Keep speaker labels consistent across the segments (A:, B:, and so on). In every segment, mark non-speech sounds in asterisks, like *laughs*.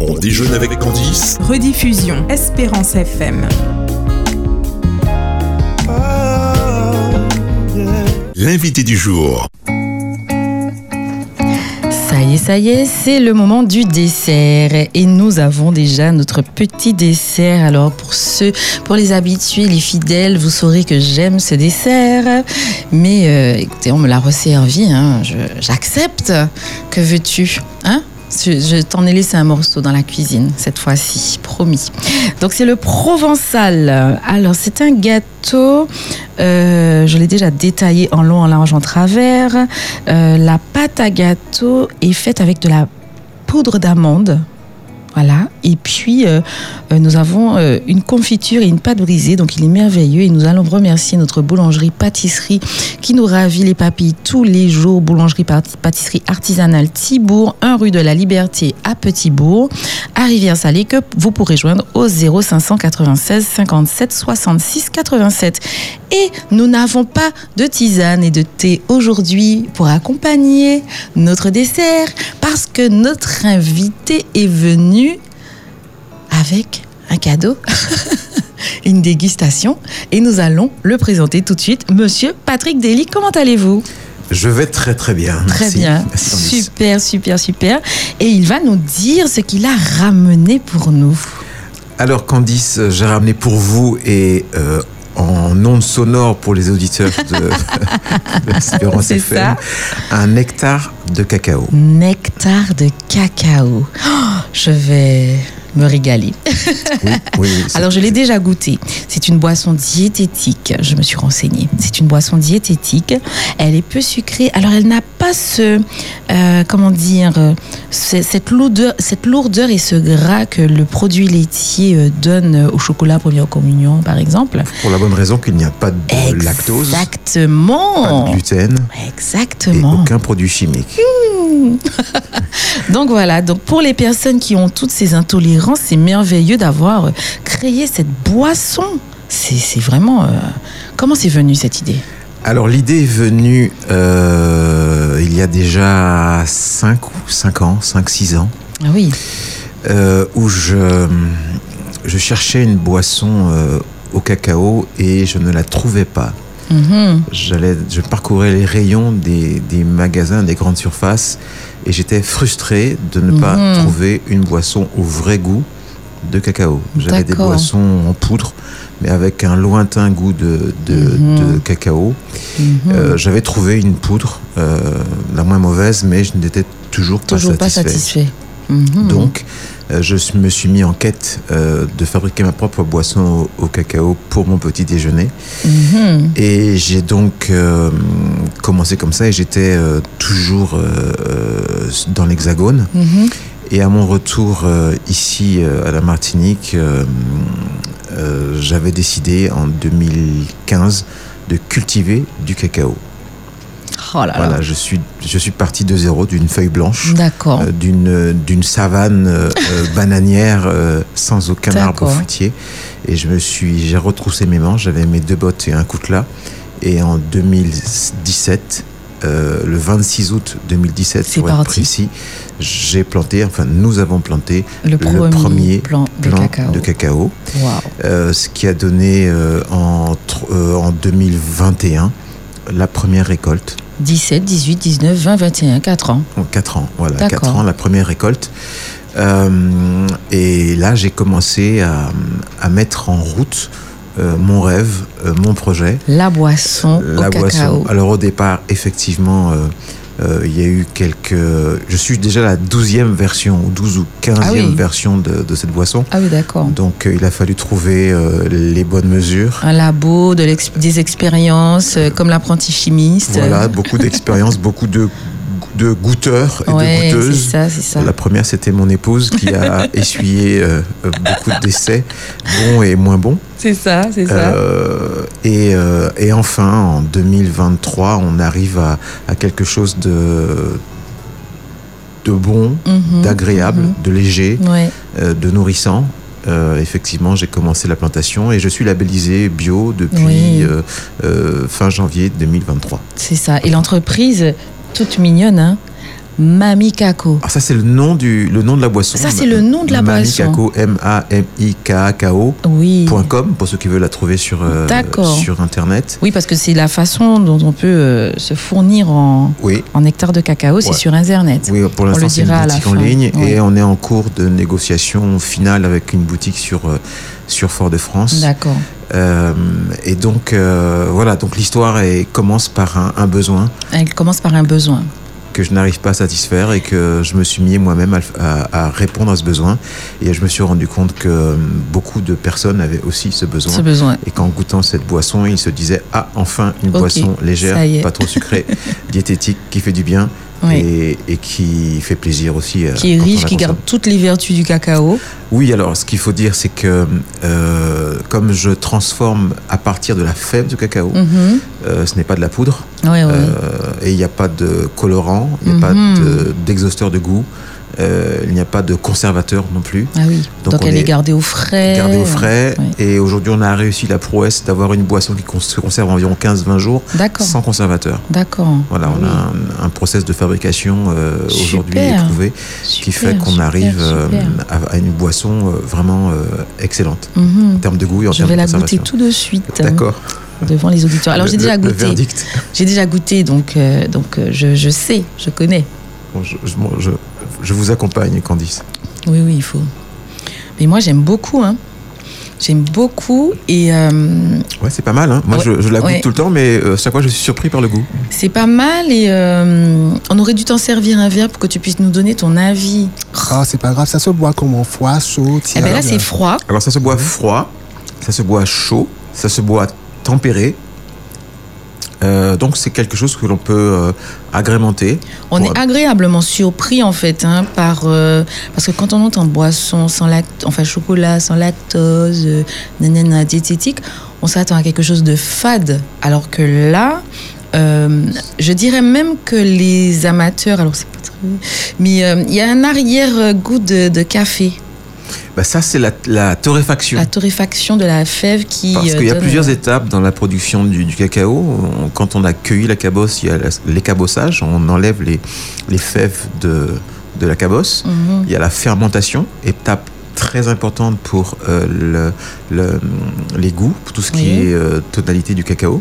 A: On déjeune avec Candice.
B: Rediffusion Espérance FM.
A: L'invité du jour.
C: Ça y est, ça y est, c'est le moment du dessert et nous avons déjà notre petit dessert. Alors pour ceux, pour les habitués, les fidèles, vous saurez que j'aime ce dessert. Mais euh, écoutez, on me l'a resservi, hein. Je- j'accepte. Que veux-tu, hein je, je t'en ai laissé un morceau dans la cuisine cette fois-ci, promis. Donc c'est le provençal. Alors c'est un gâteau, euh, je l'ai déjà détaillé en long, en large, en travers. Euh, la pâte à gâteau est faite avec de la poudre d'amande. Voilà. Et puis, euh, euh, nous avons euh, une confiture et une pâte brisée. Donc, il est merveilleux. Et nous allons remercier notre boulangerie-pâtisserie qui nous ravit les papilles tous les jours. Boulangerie-pâtisserie artisanale Thibourg, 1 rue de la Liberté à Petitbourg, à Rivière-Salée, que vous pourrez joindre au 0596 57 66 87. Et nous n'avons pas de tisane et de thé aujourd'hui pour accompagner notre dessert parce que notre invité est venu avec un cadeau, une dégustation et nous allons le présenter tout de suite. Monsieur Patrick Dely, comment allez-vous
D: Je vais très très bien.
C: Très
D: Merci.
C: bien,
D: Merci, Candice.
C: super, super, super. Et il va nous dire ce qu'il a ramené pour nous.
D: Alors Candice, euh, j'ai ramené pour vous et euh, en ondes sonore pour les auditeurs de
C: *laughs*
D: l'Espérance
C: C'est
D: FM, un nectar de cacao.
C: Nectar de cacao. Oh, je vais me régaler.
D: Oui, oui,
C: *laughs*
D: oui, c'est-
C: Alors, je l'ai déjà goûté. C'est une boisson diététique. Je me suis renseignée. C'est une boisson diététique. Elle est peu sucrée. Alors, elle n'a pas ce, euh, comment dire, euh, ce- cette lourdeur, cette lourdeur et ce gras que le produit laitier euh, donne euh, au chocolat première communion, par exemple.
D: Pour la bonne raison qu'il n'y a pas de lactose, pas
C: Exactement.
D: de gluten et
C: Exactement.
D: aucun produit chimique.
C: Donc voilà, donc pour les personnes qui ont toutes ces intolérances, c'est merveilleux d'avoir euh, créé cette boisson. C'est c'est vraiment... euh, Comment c'est venu cette idée
D: Alors l'idée est venue euh, il y a déjà 5 ou 5 ans, 5-6 ans.
C: Ah oui,
D: euh, où je, je cherchais une boisson euh, au cacao et je ne la trouvais pas.
C: Mhm.
D: J'allais, je parcourais les rayons des, des magasins, des grandes surfaces et j'étais frustré de ne pas
C: Mhm.
D: trouver une boisson au vrai goût de cacao. J'avais des
C: D'accord.
D: boissons en poudre, mais avec un lointain goût de, de,
C: Mhm.
D: de cacao.
C: Mhm.
D: Euh, j'avais trouvé une poudre, euh, la moins mauvaise, mais je n'étais toujours,
C: toujours pas satisfait. Mhm.
D: donc, euh, je s- me suis mis en quête euh, de fabriquer ma propre boisson au, au cacao pour mon petit déjeuner.
C: Mhm.
D: Et j'ai donc euh, commencé comme ça et j'étais euh, toujours euh, euh, dans l'hexagone.
C: Mhm.
D: Et à mon retour euh, ici euh, à la Martinique, euh, euh, j'avais décidé en 2015 de cultiver du cacao.
C: Oh là là.
D: Voilà, je suis, je suis parti de zéro, d'une feuille blanche
C: D'accord.
D: euh, d'une d'une savane euh,
C: *laughs*
D: euh, bananière euh, sans aucun arbre
C: D'accord.
D: fruitier et je me suis j'ai retroussé mes manches j'avais mes deux bottes et un coutelas et en 2017 euh, le 26 août 2017
C: C'est
D: pour être
C: parti.
D: précis j'ai planté enfin nous avons planté
C: le premier,
D: premier
C: plan de
D: plein
C: cacao.
D: de cacao
C: Waouh.
D: euh, ce qui a donné euh, en tr- euh, en 2021 la première récolte
C: 17, 18, 19, 20, 21, 4 ans.
D: en 4 ans, voilà,
C: D'accord.
D: 4 ans, la première récolte. Euh, et là, j'ai commencé à, à mettre en route euh, mon rêve, euh, mon projet,
C: La boisson
D: la
C: au cacao.
D: boisson. Alors au départ, effectivement, euh, euh, il y a eu quelques... Je suis déjà à la 12e version, ou 12 ou 15e
C: Ah oui.
D: version de, de cette boisson.
C: Ah oui, d'accord.
D: Donc euh, il a fallu trouver euh, les bonnes mesures.
C: Un labo, de l'ex- des expériences, euh, comme l'apprenti chimiste.
D: Voilà, beaucoup d'expérience, beaucoup de, de goûteurs et
C: Ouais,
D: de
C: c'est
D: goûteuses.
C: ça, c'est ça.
D: La première, c'était mon épouse qui
C: *laughs*
D: a essuyé euh, euh, beaucoup d'essais, bons et moins bons.
C: C'est ça, c'est ça.
D: Euh, et, euh, et enfin, en 2023, on arrive à, à quelque chose de, de bon,
C: Mhm.
D: d'agréable,
C: mhm.
D: de léger,
C: Ouais.
D: euh, de nourrissant. Euh, effectivement, j'ai commencé la plantation et je suis labellisé bio depuis
C: Oui.
D: euh, euh, fin janvier 2023.
C: C'est ça. Et l'entreprise, toute mignonne, hein, Mami Kako.
D: Ah, ça, c'est le nom, du, le nom de la boisson.
C: Ça, c'est le nom de la boisson.
D: Mamikako, M-A-M-I-K-A-K-O.
C: Oui.
D: point .com, pour ceux qui veulent la trouver sur, euh,
C: D'accord.
D: sur Internet.
C: Oui, parce que c'est la façon dont on peut euh, se fournir en,
D: Oui.
C: en nectar de cacao, c'est
D: Ouais.
C: sur Internet.
D: Oui, pour
C: le
D: l'instant, c'est une
C: dira à la
D: boutique en
C: fin,
D: ligne
C: ouais.
D: et on est en cours de négociation finale avec une boutique sur, euh, sur Fort-de-France.
C: D'accord.
D: Euh, et donc, euh, voilà, donc l'histoire est- commence par un, un besoin
C: Elle commence par un besoin.
D: que je n'arrive pas à satisfaire et que je me suis mis moi-même à, le- à- à répondre à ce besoin. Et je me suis rendu compte que euh, beaucoup de personnes avaient aussi ce besoin.
C: Ce besoin.
D: Et qu'en goûtant cette boisson, ils se disaient Ah, enfin, une
C: Ok,
D: boisson légère,
C: ça y est.
D: pas trop
C: *laughs*
D: sucrée, diététique, qui fait du bien
C: Oui.
D: et, et qui fait plaisir aussi. euh,
C: Qui est
D: quand on
C: riche,
D: la
C: qui garde
D: consomme.
C: toutes les vertus du cacao.
D: Oui, alors ce qu'il faut dire, c'est que euh, comme je transforme à partir de la fève de cacao,
C: Mhm.
D: euh, ce n'est pas de la poudre
C: Ouais, ouais.
D: euh, et il n'y a pas de colorant, il n'y a
C: Mhm.
D: pas de- d'exhausteur de, goût, euh, il n'y a pas de conservateur non plus.
C: ah oui.
D: donc
C: Donc,
D: on
C: elle
D: est
C: est gardée au frais.
D: Gardé au frais.
C: Eh, Oui.
D: Et aujourd'hui, on a réussi la prouesse d'avoir une boisson qui cons- se conserve environ 15-20 jours
C: D'accord.
D: sans conservateur.
C: D'accord.
D: Voilà, on a un, un process de fabrication euh, aujourd'hui
C: Super.
D: trouvé qui fait qu'on arrive euh, à, à une boisson euh, vraiment euh, excellente
C: Mhm.
D: en termes de goût et en
C: Je
D: termes
C: vais
D: de
C: la goûter
D: conservation.
C: tout de suite euh,
D: D'accord.
C: devant les auditeurs. Alors
D: Le-
C: j'ai déjà
D: le- le
C: goûté.
D: verdict.
C: J'ai déjà goûté, donc, euh, donc euh, je, je sais, je connais.
D: Bon, je, je- bon, je- je vous accompagne, Candice.
C: Oui, oui, il faut. Mais moi, j'aime beaucoup. Hein. J'aime beaucoup et euh,
D: Ouais, c'est pas mal. Hein. Moi,
C: Ouais.
D: je, je la goûte
C: Ouais.
D: tout le temps, mais euh, chaque fois, je suis surpris par le goût.
C: c'est pas mal. Et euh, on aurait dû t'en servir un verre pour que tu puisses nous donner ton avis.
E: Ah, c'est pas grave, ça se boit comment Froid, chaud,
C: Eh ben là,
E: tiède
D: hein.
C: c'est froid.
D: Alors, ça se boit froid, ça se boit chaud, ça se boit tempéré. Euh, donc, c'est quelque chose que l'on peut euh, agrémenter.
C: On
D: Pour-
C: est agréablement surpris en fait hein, par euh, parce que quand on entend boisson sans lactose, enfin chocolat sans lactose, euh, nanana diététique, on s'attend à quelque chose de fade. Alors que là, euh, je dirais même que les amateurs, alors c'est pas très, mais euh, il y a un arrière goût de, de café,
D: Bah, ça, c'est la, la torréfaction.
C: la torréfaction de la fève qui.
D: Parce
C: euh,
D: qu'il y a
C: donne-
D: plusieurs étapes dans la production du, du cacao. On- quand on a cueilli la cabosse, il y a la- l'écabossage. On enlève les, les fèves de, de la cabosse.
C: Mhm.
D: Il y a la fermentation, étape très importante pour euh, le- le- les goûts, pour tout ce qui
C: Oui. Mmh.
D: est euh, tonalité du cacao.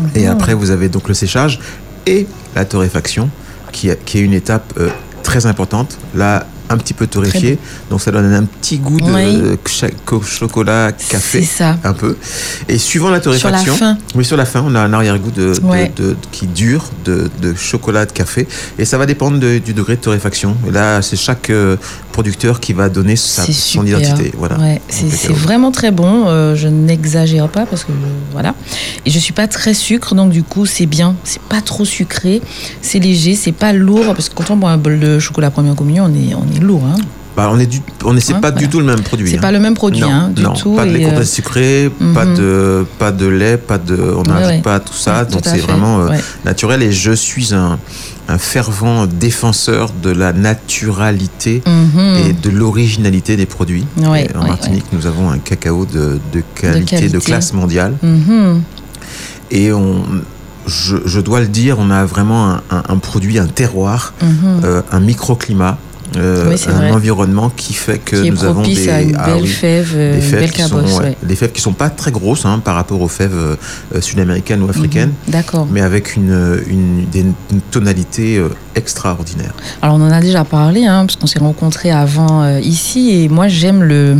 C: mhm.
D: Et après, vous avez donc le séchage et la torréfaction, qui, est- qui est une étape euh, très importante. Là, un petit peu torréfié, donc ça donne un petit goût de
C: Oui.
D: euh, cha- co- chocolat,
C: C'est
D: café,
C: ça.
D: un peu. Et suivant la
C: Sur la
D: torréfaction,
C: fin.
D: oui, sur la fin, on a un arrière-goût de, de-
C: Ouais.
D: de- qui dure, de, de chocolat, de café. Et ça va dépendre de- du degré de torréfaction. Et là, c'est chaque euh, producteur qui va donner sa,
C: C'est
D: son
C: super.
D: identité. Voilà.
C: Ouais, c'est
D: cacao.
C: c'est vraiment très bon. euh, je n'exagère pas parce que je- voilà. Et je suis pas très sucre, donc du coup c'est bien. C'est pas trop sucré, c'est léger, c'est pas lourd parce que quand on boit un bol de chocolat première communion, on est on est lourd. Hein.
D: Bah, on est du, on essaie
C: Ouais,
D: pas
C: voilà.
D: du tout le même produit.
C: C'est
D: hein.
C: pas le même produit
D: non,
C: hein, du
D: non,
C: tout.
D: pas de
C: et,
D: lait
C: euh,
D: compressé sucré, pas
C: mhm.
D: de pas de lait, pas de, on
C: Ouais,
D: n'ajoute
C: ouais.
D: pas tout ça.
C: tout
D: donc
C: à
D: c'est
C: fait,
D: vraiment euh,
C: ouais.
D: naturel. Et je suis un, un fervent défenseur de la naturalité
C: Mhm.
D: et de l'originalité des produits.
C: Ouais,
D: Et en
C: ouais,
D: Martinique, nous avons un cacao de, de qualité, de
C: qualité.
D: classe mondiale.
C: Mhm.
D: Et on, je, je dois le dire, on a vraiment un, un- un produit, un terroir,
C: Mhm.
D: euh, un microclimat, euh,
C: Oui, c'est
D: un
C: vrai.
D: environnement qui fait que
C: qui est
D: nous avons
C: propice
D: des,
C: à une belle
D: ah oui,
C: fève, euh,
D: des
C: une
D: fèves
C: belle
D: qui sont,
C: cabosse.
D: ouais,
C: ouais.
D: des fèves qui sont pas très grosses hein, par rapport aux fèves euh, euh, sud-américaines ou africaines,
C: Mhm, D'accord.
D: mais avec une, une, des- une tonalité euh, extraordinaire.
C: Alors on en a déjà parlé, hein, parce qu'on s'est rencontrés avant euh, ici, et moi j'aime le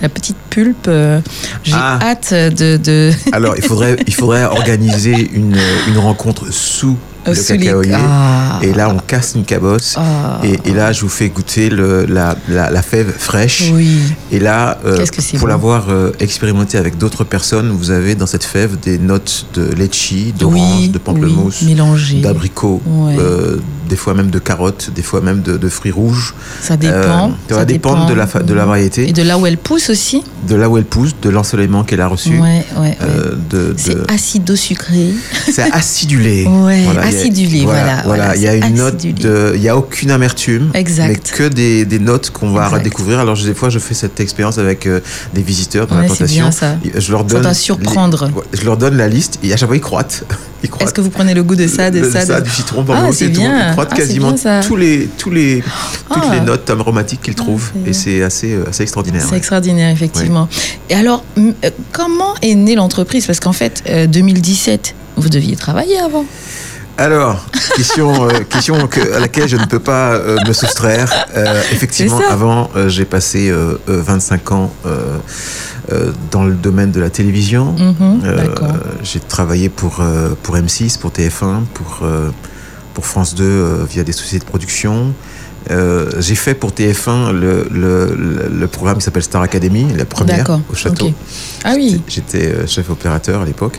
C: la petite pulpe. euh, J'ai
D: Ah.
C: hâte de, de
D: Alors, il faudrait, il faudrait organiser une, une rencontre sous
C: *laughs*
D: le
C: sous les-
D: cacaoyer.
C: Ah.
D: Et là, on casse une cabosse.
C: Ah.
D: Et, et là, je vous fais goûter le- la, la- la fève fraîche.
C: oui,
D: Et là, euh,
C: Qu'est-ce que c'est
D: pour
C: bon.
D: l'avoir euh, expérimenté avec d'autres personnes, vous avez dans cette fève des notes de litchi, d'orange,
C: oui,
D: de pamplemousse,
C: oui, mélangé.
D: d'abricot,
C: Ouais.
D: euh, des fois même de carottes, des fois même de, de fruits rouges.
C: Ça dépend.
D: Euh, ça va
C: dépend.
D: dépendre de la, fa- de la variété,
C: Et de là où elle pousse aussi.
D: de là où elle pousse, de l'ensoleillement qu'elle a reçu.
C: Ouais, ouais. ouais.
D: euh, de, de-
C: C'est acido-sucré.
D: C'est acidulé.
C: Ouais,
D: Voilà, il y
C: Euh, acidulé, voilà.
D: Voilà, il y a
C: c'est
D: une note
C: acidulé.
D: de, il y a aucune amertume,
C: Exact.
D: mais que des, des notes qu'on va
C: Exact.
D: redécouvrir. Alors je- des fois, je fais cette expérience avec euh, des visiteurs dans
C: Ouais, c'est
D: l'implantation.
C: bien, ça.
D: Je leur
C: Faut
D: donne
C: t'en surprendre.
D: les- ouais, je leur donne la liste et à chaque fois ils croient. *laughs* Ils croient.
C: Est-ce que vous prenez le goût de ça, de
D: Le-
C: ça, de-
D: du citron par
C: Ah,
D: exemple,
C: c'est
D: et tout.
C: bien.
D: Ils croient
C: Ah, c'est
D: quasiment
C: bien, ça.
D: tous les tous les toutes
C: Ah.
D: les notes aromatiques qu'ils trouvent
C: c'est bien.
D: et c'est assez euh, assez extraordinaire.
C: C'est
D: ouais.
C: extraordinaire, effectivement. Et alors, m- euh, comment est née l'entreprise Parce qu'en fait, euh, 2017, vous deviez travailler avant.
D: Alors, question,
C: *laughs*
D: euh, question que- à laquelle je ne peux pas euh, me soustraire. Euh, effectivement,
C: C'est ça.
D: avant, euh, j'ai passé euh, euh, 25 ans euh, euh, dans le domaine de la télévision.
C: Mhm,
D: Euh,
C: D'accord.
D: j'ai travaillé pour, euh, pour M6, pour TF1, pour, euh, pour France 2 euh, via des sociétés de production. Euh, j'ai fait pour TF1 le, le, le- le programme qui s'appelle Star Academy, la première
C: D'accord.
D: au château.
C: Ok. Ah oui,
D: J'étais j'étais, euh, chef opérateur à l'époque.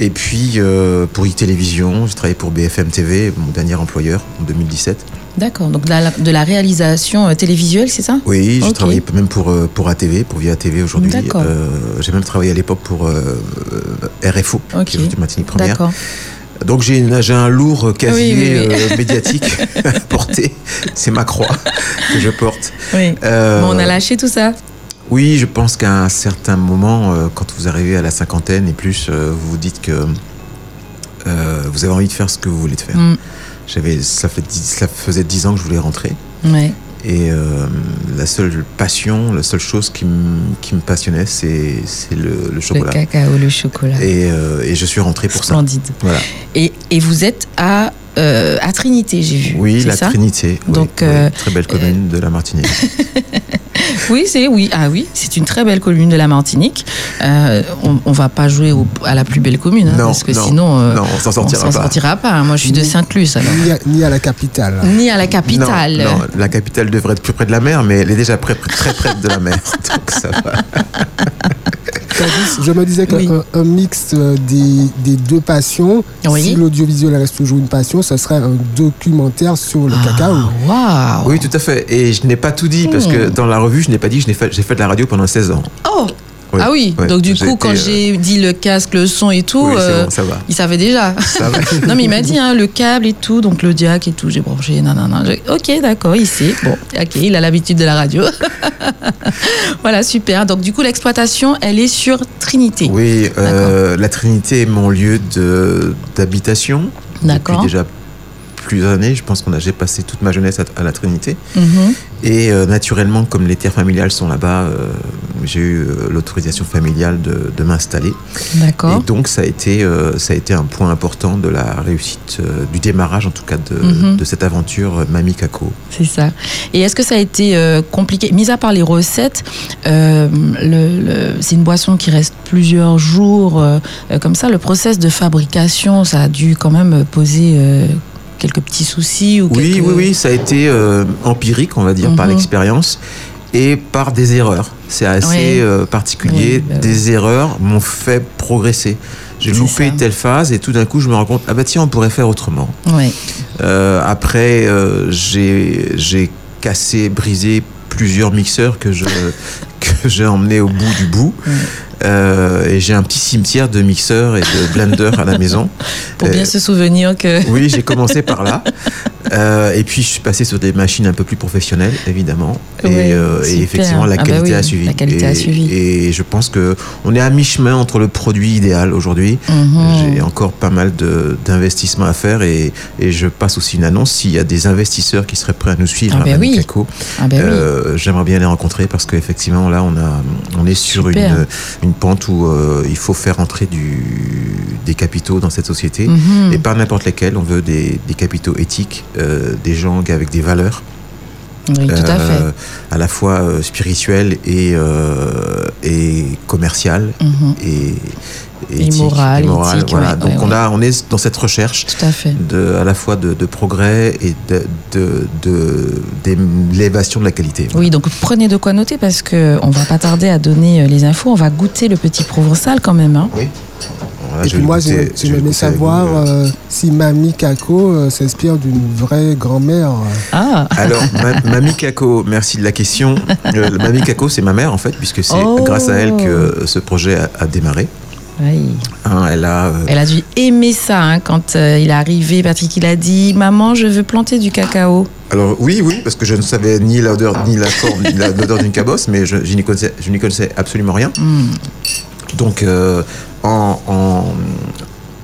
D: Et puis euh, pour e-télévision, j'ai travaillé pour BFM TV, mon dernier employeur, en 2017.
C: d'accord. Donc de la, de la réalisation euh, télévisuelle, c'est ça
D: Oui, j'ai
C: Ok.
D: travaillé même pour, euh, pour ATV, pour Via TV aujourd'hui.
C: D'accord.
D: Euh, j'ai même travaillé à l'époque pour euh, euh, RFO,
C: Ok.
D: qui est aujourd'hui Martinique Première.
C: D'accord.
D: Donc j'ai une- j'ai un lourd casier
C: Oui, oui,
D: euh, médiatique *laughs* à porter. C'est ma
C: *laughs*
D: croix que je porte.
C: Oui.
D: Euh,
C: Bon, on a lâché tout ça.
D: Oui, je pense qu'à un certain moment, euh, quand vous arrivez à la cinquantaine et plus, euh, vous vous dites que euh, vous avez envie de faire ce que vous voulez de faire.
C: Mm.
D: J'avais, ça, fait dix- ça faisait dix ans que je voulais rentrer.
C: Mm. Ouais.
D: Et euh, la seule passion, la seule chose qui, me- qui me passionnait, c'est, c'est le, le
C: Le
D: chocolat.
C: cacao, le chocolat.
D: et, euh, et je suis rentré pour ça.
C: Splendide.
D: Voilà.
C: Et, et vous êtes à, euh, à Trinité, j'ai vu.
D: Oui,
C: c'est
D: la
C: ça
D: Trinité. oui,
C: Donc,
D: oui,
C: euh,
D: très belle commune de la Martinique.
C: Oui, c'est oui. Ah oui, c'est une très belle commune de la Martinique. Euh, on, on va pas jouer au- à la plus belle commune, hein,
D: Non,
C: parce que
D: non,
C: sinon euh,
D: non, on s'en
C: on
D: sortira
C: s'en
D: pas.
C: sortira pas. hein. Moi, je suis de Sainte-Luce, alors.
E: Ni à, ni à la capitale.
C: *laughs* ni à la capitale.
D: Non, non, la capitale devrait être plus près de la mer, mais elle est déjà près- très près de la mer. *laughs* Donc ça va.
E: Tandis, Je me disais qu'un
C: Oui.
E: un- un mix euh, des, des deux passions,
C: Oui.
E: si l'audiovisuel reste toujours une passion, ce serait un documentaire sur le cacao.
C: Ah, waouh.
D: Oui, tout à fait. Et je n'ai pas tout dit, parce
C: Hmm.
D: que dans la revue, je n'ai pas dit que je n'ai fait- j'ai fait de la radio pendant 16 ans.
C: Oh.
D: Oui,
C: ah oui.
D: ouais,
C: Donc du
D: j'ai
C: coup,
D: été,
C: quand
D: euh,
C: j'ai dit le casque, le son et tout,
D: Oui, c'est
C: euh,
D: bon, ça va.
C: il
D: *laughs*
C: savait déjà.
D: Ça va.
C: non, mais il m'a dit hein, le câble et tout, donc le diac et tout. J'ai branché, nanana. J'ai- Ok, d'accord, il sait. Bon, ok, il a l'habitude de la radio. *laughs* voilà, super. Donc du coup, l'exploitation, elle est sur Trinité.
D: Oui, euh, la Trinité est mon lieu de- d'habitation.
C: D'accord.
D: Depuis déjà plusieurs années, je pense qu'on a j'ai passé toute ma jeunesse à, à la Trinité.
C: Mhm.
D: Et euh, naturellement, comme les terres familiales sont là-bas, euh, j'ai eu euh, l'autorisation familiale de- de m'installer.
C: D'accord.
D: Et donc ça a été euh, ça a été un point important de la réussite euh, du démarrage en tout cas de,
C: Mhm.
D: de cette aventure euh, Mamie Caco.
C: C'est ça. Et est-ce que ça a été euh, compliqué Mis à part les recettes, euh, le- le- c'est une boisson qui reste plusieurs jours euh, euh, comme ça. Le process de fabrication, ça a dû quand même poser euh, quelques petits soucis ou
D: Oui
C: quelques-
D: oui oui, ça a été euh, empirique on va dire par
C: Mhm.
D: l'expérience et par des erreurs. C'est assez
C: Oui.
D: euh, particulier.
C: Oui, bah
D: des erreurs m'ont fait progresser. J'ai
C: C'est
D: loupé
C: ça.
D: telle phase et tout d'un coup je me rends compte ah bah tiens on pourrait faire autrement.
C: Ouais.
D: Euh, après, euh, j'ai j'ai cassé, brisé plusieurs mixeurs que je *laughs* que j'ai emmenés au bout du bout.
C: Ouais.
D: Euh, et j'ai un petit cimetière de mixeurs et de blenders à la maison.
C: Pour bien
D: Euh,
C: se souvenir que.
D: oui, j'ai commencé par là. Euh, et puis, je suis passé sur des machines un peu plus professionnelles, évidemment.
C: Ouais,
D: et, euh, et
C: super.
D: effectivement, la
C: Ah bah
D: qualité
C: oui,
D: a suivi.
C: la qualité
D: et,
C: a suivi.
D: et je pense que on est à mi-chemin entre le produit idéal aujourd'hui.
C: Mhm.
D: J'ai encore pas mal de- d'investissements à faire et, et je passe aussi une annonce. S'il y a des investisseurs qui seraient prêts à nous suivre
C: Ah
D: à
C: ben oui.
D: Manicaco,
C: Ah ben oui.
D: euh, j'aimerais bien les rencontrer parce qu'effectivement, là, on, a, on est sur
C: Super.
D: une, une pente où euh, il faut faire entrer du, des capitaux dans cette société.
C: Mhm.
D: Et pas n'importe lesquels, on veut des, des capitaux éthiques, euh, des gens avec des valeurs,
C: Oui, tout à fait.
D: euh, à la fois euh, spirituelles et, euh, et commerciales
C: Mhm.
D: et,
C: Et morale, éthique,
D: voilà.
C: ouais,
D: Donc
C: ouais,
D: on
C: ouais.
D: a, on est dans cette recherche
C: Tout à fait.
D: de, à la fois de, de progrès et de, de, de- d'élévation de la qualité.
C: Oui, donc prenez de quoi noter parce que on va pas tarder à donner euh, les infos. On va goûter le petit provençal quand même. hein.
D: Voilà,
E: Et
D: Ah, je
E: puis
D: vais
E: moi,
D: goûter-
E: j'ai-
D: je vais
E: j'aimerais
D: goûter avec
E: savoir
D: vous, euh.
E: euh, si Mamie Caco euh, s'inspire d'une vraie grand-mère. euh.
C: Ah,
E: *laughs*
D: Alors, ma- Mamie Caco, merci de la question. Euh, Mamie Caco, c'est ma mère en fait, puisque c'est
C: Oh.
D: grâce à elle que ce projet a, a démarré.
C: Oui.
D: Hein, elle a. euh,
C: Elle a dû aimer ça hein, quand euh, il est arrivé. Patrick, il a dit Maman, je veux planter du cacao.
D: Alors oui, oui, parce que je ne savais ni l'odeur, ni la forme, ni la- l'odeur d'une cabosse, mais je, je n'y connaissais, je n'y connaissais absolument rien.
C: Hmm.
D: Donc, euh, en, en-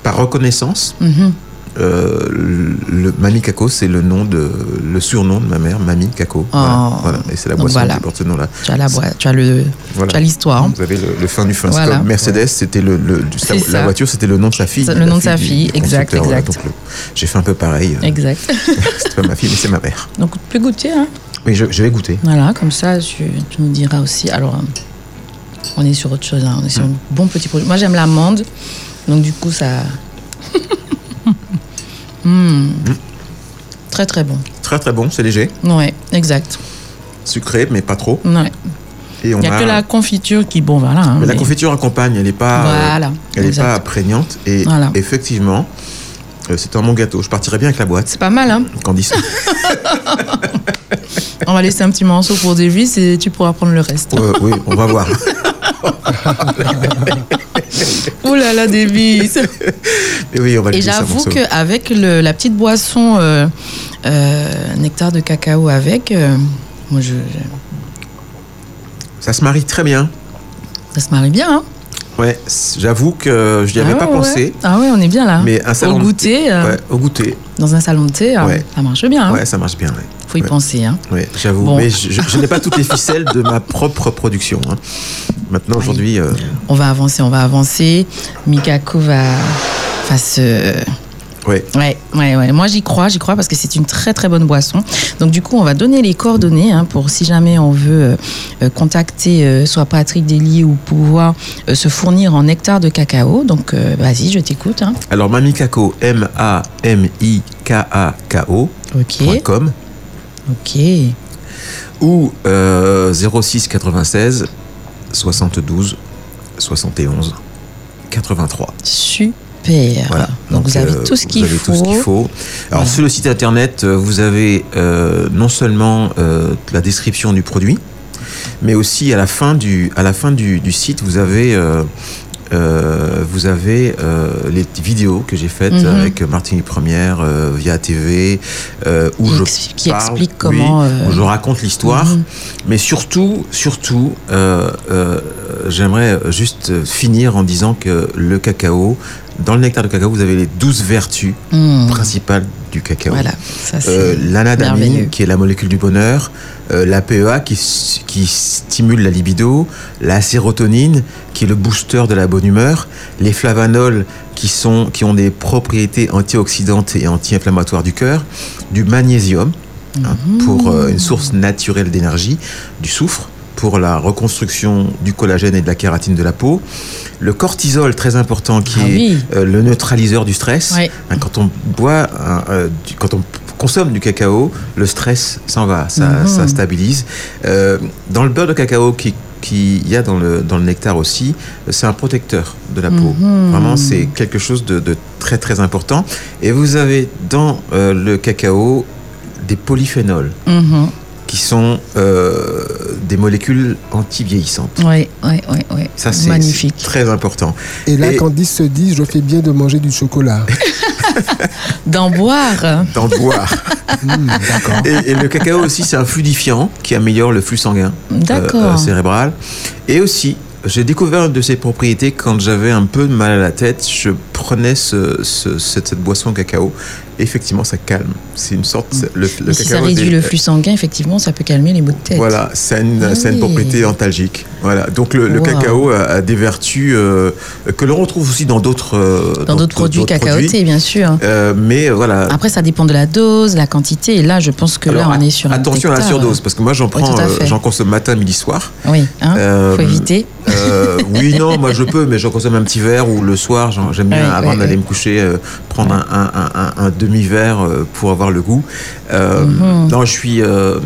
D: par reconnaissance,
C: Mhm.
D: euh, le, le- Mamie Caco, c'est le nom de, le surnom de ma mère, Mamie Caco. Voilà,
C: Oh.
D: voilà. et c'est la
C: Donc
D: boisson
C: voilà.
D: qui porte ce nom-là.
C: Tu as la voix- tu as le-
D: Voilà.
C: tu as l'histoire.
D: Vous avez le, le fin du fin. C'est
C: Voilà.
D: comme Mercedes, c'était le, le- du-
C: C'est
D: la-
C: ça.
D: la voiture, c'était le nom de sa fille.
C: C'est le
D: la
C: nom de sa fille,
D: du
C: exact,
D: constructeur, voilà.
C: exact.
D: Donc, le- J'ai fait un peu pareil. euh,
C: Exact.
D: C'était pas ma fille, mais c'est ma mère.
C: Donc tu peux goûter. Hein.
D: Oui, je, je vais goûter.
C: Voilà, comme ça, tu, tu nous diras aussi. Alors, euh, on est sur autre chose. hein. On est sur un bon petit produit. Moi, j'aime l'amande. Donc du coup, ça. *laughs* Hmm. Très très bon.
D: Très très bon, c'est léger,
C: Ouais, exact.
D: sucré, mais pas trop.
C: Ouais.
D: Et on
C: Il n'y a, que la confiture qui, bon, voilà. hein,
D: bah, Mais la
C: mais-
D: confiture accompagne, elle n'est pas, euh,
C: Voilà,
D: elle est
C: exact.
D: pas prégnante. Et
C: Voilà.
D: effectivement, euh, c'est un bon gâteau. Je partirais bien avec la boîte,
C: C'est pas mal, hein *laughs*
D: Candice.
C: On va laisser un petit morceau pour Davis et tu pourras prendre le reste.
D: Euh, oui, on va voir.
C: Oh là
D: *laughs*
C: là, Davis
D: Et oui, on va lui
C: Et
D: laisser un
C: j'avoue
D: morceau.
C: qu'avec la petite boisson euh, euh, nectar de cacao avec, euh, moi je, je-
D: Ça se marie très bien.
C: ça se marie bien. Hein
D: Ouais, c- j'avoue que je n'y avais
C: Ah
D: pas
C: ouais,
D: pensé.
C: ouais. Ah ouais, on est bien là.
D: Mais un salon
C: Au
D: de-
C: goûter, euh,
D: Ouais, au goûter.
C: dans un salon de thé, euh,
D: Ouais.
C: ça marche bien. hein.
D: Ouais, ça marche bien. Ouais.
C: Faut y penser. Hein.
D: Ouais, j'avoue.
C: Bon.
D: Mais je, je- je n'ai pas toutes les ficelles de ma propre production. hein. Maintenant, aujourd'hui, euh,
C: On va avancer, on va avancer. Mikako va, euh, va se...
D: ouais.
C: Ouais, ouais, ouais. Moi, j'y crois, j'y crois parce que c'est une très, très bonne boisson. Donc, du coup, on va donner les coordonnées hein, pour si jamais on veut euh, euh, contacter euh, soit Patrick Dely ou pouvoir euh, se fournir en nectar de cacao. Donc, euh, vas-y, je t'écoute. Hein.
D: Alors, Mamie Kako, M-A-M-I-K-A-K-O.
C: Ok,
D: point com.
C: ok.
D: ou euh, 06 96 72 71 83.
C: Super.
D: Voilà.
C: Ah, Donc, vous avez
D: euh,
C: tout ce qu'il
D: vous avez
C: faut.
D: tout ce qu'il faut. Alors
C: Voilà.
D: sur le site internet, euh, vous avez euh, non seulement euh, la description du produit, mais aussi à la fin du à la fin du, du site, vous avez euh, euh, vous avez euh, les petites vidéos que j'ai faites
C: Mhm.
D: avec Martini Première euh, via TV euh, où
C: Qui
D: je
C: ex- qui
D: parle,
C: explique
D: oui,
C: comment, euh,
D: où je raconte l'histoire
C: Mhm.
D: mais surtout, surtout, euh, euh, j'aimerais juste finir en disant que le cacao, dans le nectar de cacao, vous avez les 12 vertus
C: Hmm.
D: principales du cacao.
C: Voilà, ça c'est.
D: Euh,
C: merveilleux.
D: L'anadamine, qui est la molécule du bonheur, euh, la PEA, qui, s- qui stimule la libido, la sérotonine, qui est le booster de la bonne humeur, les flavanols, qui, sont, qui ont des propriétés antioxydantes et anti-inflammatoires du cœur, du magnésium, hein,
C: Mmh.
D: pour euh, une source naturelle d'énergie, du soufre, pour la reconstruction du collagène et de la kératine de la peau, le cortisol, très important, qui
C: Ah
D: est
C: oui.
D: euh, le neutraliseur du stress.
C: Ouais.
D: Hein, Quand on boit, hein, euh, du- quand on consomme du cacao, le stress s'en va, ça,
C: Mhm.
D: ça stabilise. Euh, dans le beurre de cacao qui qu'il y a dans le, dans le nectar aussi, euh, c'est un protecteur de la peau.
C: Mhm.
D: Vraiment, c'est quelque chose de, de très très important. Et vous avez dans euh, le cacao des polyphénols
C: Mhm.
D: qui sont euh, des molécules anti-vieillissantes.
C: Ouais, ouais, ouais, ouais.
D: Ça, c'est
C: magnifique.
D: c'est très important.
E: Et là,
D: Et-
E: Candice se dit, je fais bien de manger du
D: *laughs*
E: chocolat.
C: D'en boire.
D: D'en
C: *laughs*
D: boire.
E: Hmm, D'accord.
D: et, et le cacao aussi, c'est un fluidifiant qui améliore le flux sanguin euh,
C: D'accord.
D: euh, cérébral. Et aussi, j'ai découvert une de ses propriétés quand j'avais un peu de mal à la tête. Je prenais ce- ce- cette, cette boisson cacao. Effectivement, ça calme. C'est une sorte. Le, le
C: Mm. Mais si ça
D: cacao
C: réduit
D: dé-
C: le flux sanguin, effectivement, ça peut calmer les maux de tête.
D: Voilà, c'est une,
C: Ah
D: ça a une
C: oui.
D: propriété antalgique. Voilà, donc le, le
C: Wow.
D: cacao a, a des vertus euh, que l'on retrouve aussi dans d'autres euh,
C: Dans d'autres produits cacaotés,
D: produits.
C: bien sûr.
D: Euh, mais voilà,
C: Après, ça dépend de la dose, la quantité. Et là, je pense que là, on est sur un
D: attention à la
C: nectar.
D: surdose parce que moi j'en prends,
C: tout à
D: euh,
C: fait.
D: j'en consomme matin, midi, soir.
C: Oui, hein,
D: Euh,
C: faut éviter.
D: Euh, oui, non, moi je peux, mais j'en consomme un petit verre ou le soir, j'en- j'aime bien
C: Ouais,
D: avant
C: ouais,
D: d'aller
C: ouais.
D: me coucher euh, prendre un, un- un- un- un demi-verre euh, pour avoir le goût. Euh,
C: Mhm.
D: Non, je suis euh,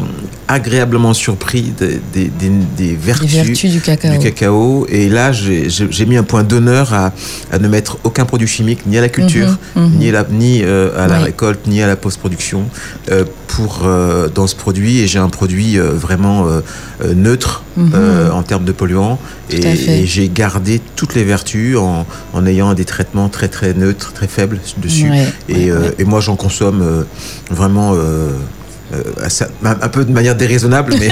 D: agréablement surpris des, des- des- des
C: Les
D: vertus.
C: vertus du cacao.
D: du cacao et là j'ai- j'ai j'ai mis un point d'honneur à, à ne mettre aucun produit chimique ni à la culture
C: Mhm, mhm.
D: ni, à la, ni euh, à la
C: Ouais.
D: récolte ni à la post-production euh, pour euh, dans ce produit et j'ai un produit euh, vraiment euh, euh, neutre euh, en termes de polluants. Et,
C: Mhm. à fait.
D: et j'ai gardé toutes les vertus en, en ayant des traitements très très neutres, très faibles dessus.
C: Ouais,
D: et,
C: ouais,
D: euh,
C: ouais.
D: et moi, j'en consomme euh, vraiment. euh, euh, à sa- un un peu de manière déraisonnable,
C: *laughs*
D: mais,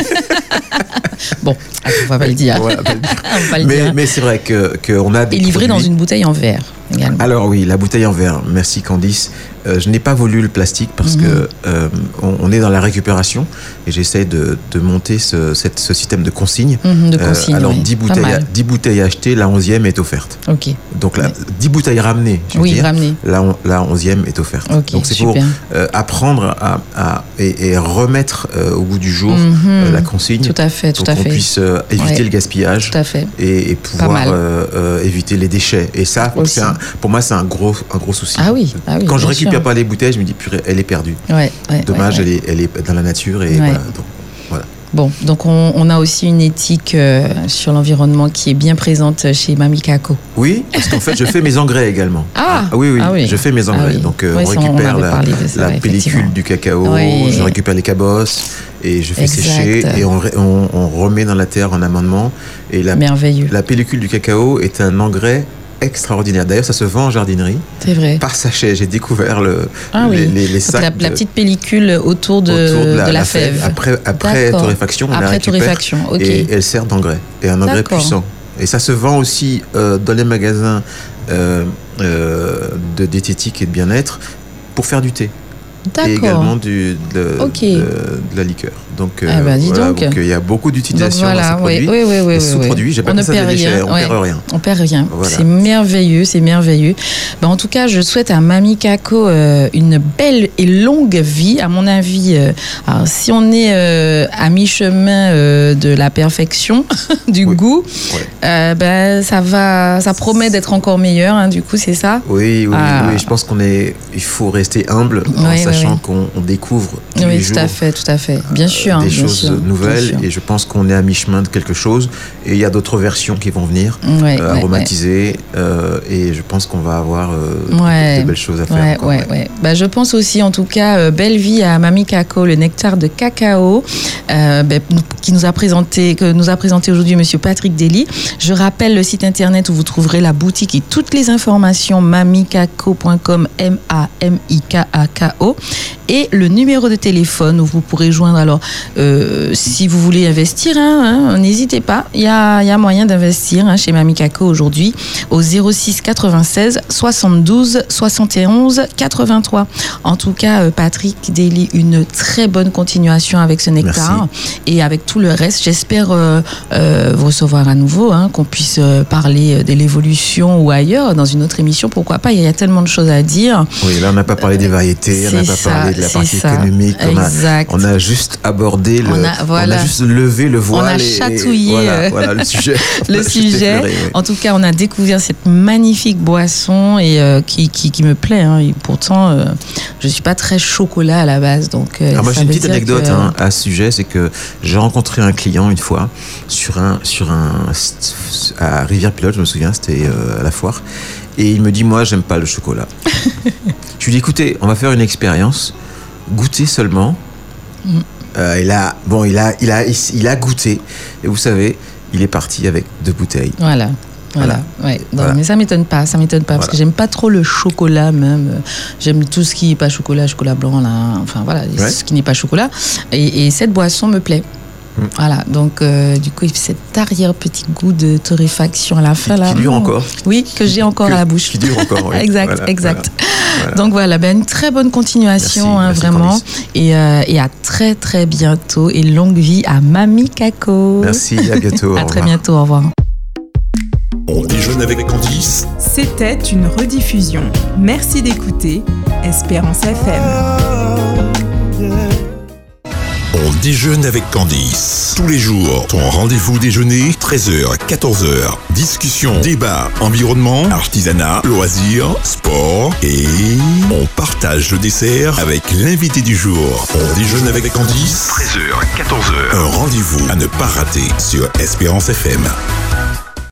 C: Bon, attends, Ah, on va pas
D: *laughs*
C: le dire.
D: Ouais,
C: *laughs*
D: on va le dire.
C: On va pas le
D: mais,
C: dire.
D: mais c'est vrai que qu'on a des
C: Et livré dans
D: produits-
C: une bouteille en verre également.
D: Alors oui, la bouteille en verre. Merci Candice. Euh, je n'ai pas voulu le plastique parce
C: Mhm.
D: que euh, on, on est dans la récupération et j'essaie de, de monter ce, cette- ce système de consigne.
C: Mhm, de
D: Euh,
C: consigne.
D: alors
C: ouais.
D: 10
C: Pas
D: bouteilles, à-
C: mal.
D: 10 bouteilles achetées, la 11e est offerte.
C: Ok.
D: Donc la,
C: Ouais.
D: 10 bouteilles ramenées, je veux
C: Oui,
D: dire,
C: ramené.
D: la, on- la 11e est offerte.
C: Ok,
D: Donc c'est
C: super.
D: pour euh, apprendre à, à- et, et remettre euh, au bout du jour
C: Mhm.
D: euh, la consigne
C: Tout à fait, tout
D: pour
C: à
D: qu'on
C: fait.
D: puisse euh, éviter
C: Ouais.
D: le gaspillage
C: Tout à fait.
D: et, et pouvoir
C: mal.
D: euh, euh, éviter les déchets. Et ça,
C: Aussi.
D: c'est un- pour moi, c'est un gros, un gros souci.
C: Ah oui, ah oui,
D: Quand je
C: bien sûr.
D: récupère pas les bouteilles, je me dis, purée, elle est perdue.
C: Ouais, ouais,
D: Dommage,
C: ouais, ouais.
D: Elle, est, elle est dans la nature. Et
C: Ouais.
D: voilà, donc, voilà.
C: Bon, donc on, on a aussi une éthique euh, sur l'environnement qui est bien présente chez Mamie Kako.
D: Oui, parce qu'en fait, je fais mes engrais également.
C: Ah,
D: oui, oui,
C: ah oui.
D: je fais mes
C: Ah
D: engrais.
C: oui.
D: Donc, euh,
C: Ouais,
D: on
C: ça, on
D: récupère
C: avait
D: la,
C: parlé de ça,
D: la
C: ouais, effectivement.
D: pellicule du cacao,
C: Oui.
D: je récupère les cabosses et je fais
C: Exact.
D: sécher et on, ré- on- on remet dans la terre en amendement. Et la,
C: Merveilleux.
D: la pellicule du cacao est un engrais extraordinaire. D'ailleurs, ça se vend en jardinerie.
C: C'est vrai.
D: Par sachet, j'ai découvert le,
C: Ah oui.
D: les, les- les
C: Donc
D: sacs
C: la, la
D: de-
C: petite pellicule autour de,
D: autour
C: de la, fève.
D: Après, après
C: D'accord.
D: torréfaction, on la
C: Après
D: récupère
C: torréfaction, ok.
D: et elle sert d'engrais et un engrais
C: D'accord.
D: puissant. Et ça se vend aussi euh, dans les magasins euh, euh, de diététique et de bien-être pour faire du thé et également
C: D'accord.
D: du, de,
C: Ok.
D: de- de la liqueur. Donc, euh,
C: Ah bah, dis
D: voilà,
C: donc.
D: donc, il y a beaucoup
C: Donc
D: d'utilisation
C: voilà,
D: dans ces
C: oui,
D: produits.
C: oui, oui, oui.
D: les
C: oui,
D: sous-produits,
C: oui.
D: j'appelle
C: On ne
D: ça des
C: perd
D: déchets,
C: rien.
D: on
C: ouais.
D: perd rien.
C: On perd rien.
D: Voilà.
C: C'est merveilleux, c'est merveilleux. Ben, en tout cas, je souhaite à Mamie Kako euh, une belle et longue vie. À mon avis, euh, alors, si on est euh, à mi-chemin euh, de la perfection, *laughs* du
D: Oui.
C: goût,
D: Ouais.
C: euh, ben, ça, va, ça promet d'être encore meilleur, hein, du coup, c'est ça
D: Oui, oui,
C: Ah.
D: oui, je pense qu'on est, il faut rester humble en
C: Oui, oui,
D: sachant
C: oui.
D: qu'on on découvre tous les
C: Oui,
D: jours Euh,
C: tout à fait, tout à fait. Bien sûr.
D: des
C: bien
D: choses
C: sûr, bien sûr.
D: nouvelles et je pense qu'on est à mi-chemin de quelque chose et il y a d'autres versions qui vont venir
C: Ouais,
D: euh,
C: ouais, ouais.
D: aromatisées euh, et je pense qu'on va avoir euh,
C: Ouais.
D: de belles choses à faire.
C: Ouais,
D: encore,
C: ouais,
D: ouais.
C: ouais. Bah, je pense aussi, en tout cas, euh, belle vie à Mamie Kako, le nectar de cacao, euh, ben, nous- qui nous a présenté, que nous a présenté aujourd'hui Monsieur Patrick Dely. Je rappelle le site internet où vous trouverez la boutique et toutes les informations mamikako.com, m a m i k a k o, et le numéro de téléphone où vous pourrez joindre. Alors, euh, si vous voulez investir, hein, hein, n'hésitez pas. Il y a, il y a moyen d'investir hein, chez Mamie Kako aujourd'hui au 06 96 72 71 83. En tout cas, euh, Patrick Daly, une très bonne continuation avec ce nectar et avec tout le reste. J'espère euh, euh, vous recevoir à nouveau, hein, qu'on puisse euh, parler euh, de l'évolution ou ailleurs dans une autre émission. Pourquoi pas Il y a tellement de choses à dire.
D: Oui, là on n'a pas parlé des variétés, on n'a
C: C'est
D: pas
C: ça,
D: parlé de la
C: c'est
D: partie
C: ça.
D: économique, on a,
C: Exact.
D: on a juste abordé le,
C: On a- voilà.
D: juste levé le voile,
C: a
D: et- et
C: chatouillé,
D: voilà,
C: euh,
D: voilà le *laughs* sujet, On
C: *laughs* le
D: a juste
C: sujet.
D: effleuré, ouais.
C: En tout cas, on a découvert cette magnifique boisson et euh, qui, qui, qui me plaît. hein. Et pourtant, euh, je suis pas très chocolat à la base, donc. euh,
D: Alors Ah, moi
C: ça
D: j'ai une
C: veut
D: petite
C: dire
D: anecdote
C: que-
D: hein, à ce sujet, c'est que j'ai rencontré un client une fois sur un sur un st- à Rivière Pilote, je me souviens, c'était euh, à la foire, et il me dit moi j'aime pas le
C: *laughs*
D: chocolat. je lui dis écoutez, on va faire une expérience, goûtez seulement.
C: Mm.
D: Euh, il a bon il a il a il, s- il a goûté et vous savez il est parti avec deux bouteilles.
C: Voilà. Voilà, ouais. Non,
D: Voilà.
C: mais ça m'étonne pas, ça m'étonne pas, parce
D: Voilà.
C: que j'aime pas trop le chocolat même. J'aime tout ce qui est pas chocolat, chocolat blanc, là, enfin voilà,
D: Ouais.
C: ce qui n'est pas chocolat. Et, et cette boisson me plaît.
D: Mm.
C: Voilà, donc euh, du coup, il fait cet arrière petit goût de torréfaction à la fin là.
D: qui dure
C: Mm.
D: encore.
C: Oui, que j'ai encore
D: Que-
C: à la bouche.
D: Qui dure encore. oui.
C: *laughs* exact,
D: Voilà,
C: exact.
D: voilà, voilà.
C: Donc voilà, ben, une très bonne
D: Merci,
C: continuation, hein,
D: merci,
C: vraiment.
D: Candice.
C: Et, euh, et à très très bientôt. Et longue vie à Mamie Kako.
D: Merci, à bientôt.
C: *laughs* À
D: au
C: très
D: revoir.
C: bientôt, au revoir.
A: On déjeune avec Candice
B: C'était une rediffusion. Merci d'écouter Espérance FM.
A: On déjeune avec Candice. Tous les jours, ton rendez-vous déjeuner, 13h, 14h. Discussion, débat, environnement, artisanat, loisirs, sport et on partage le dessert avec l'invité du jour. On déjeune avec Candice, 13h, 14h. Un rendez-vous à ne pas rater sur Espérance FM.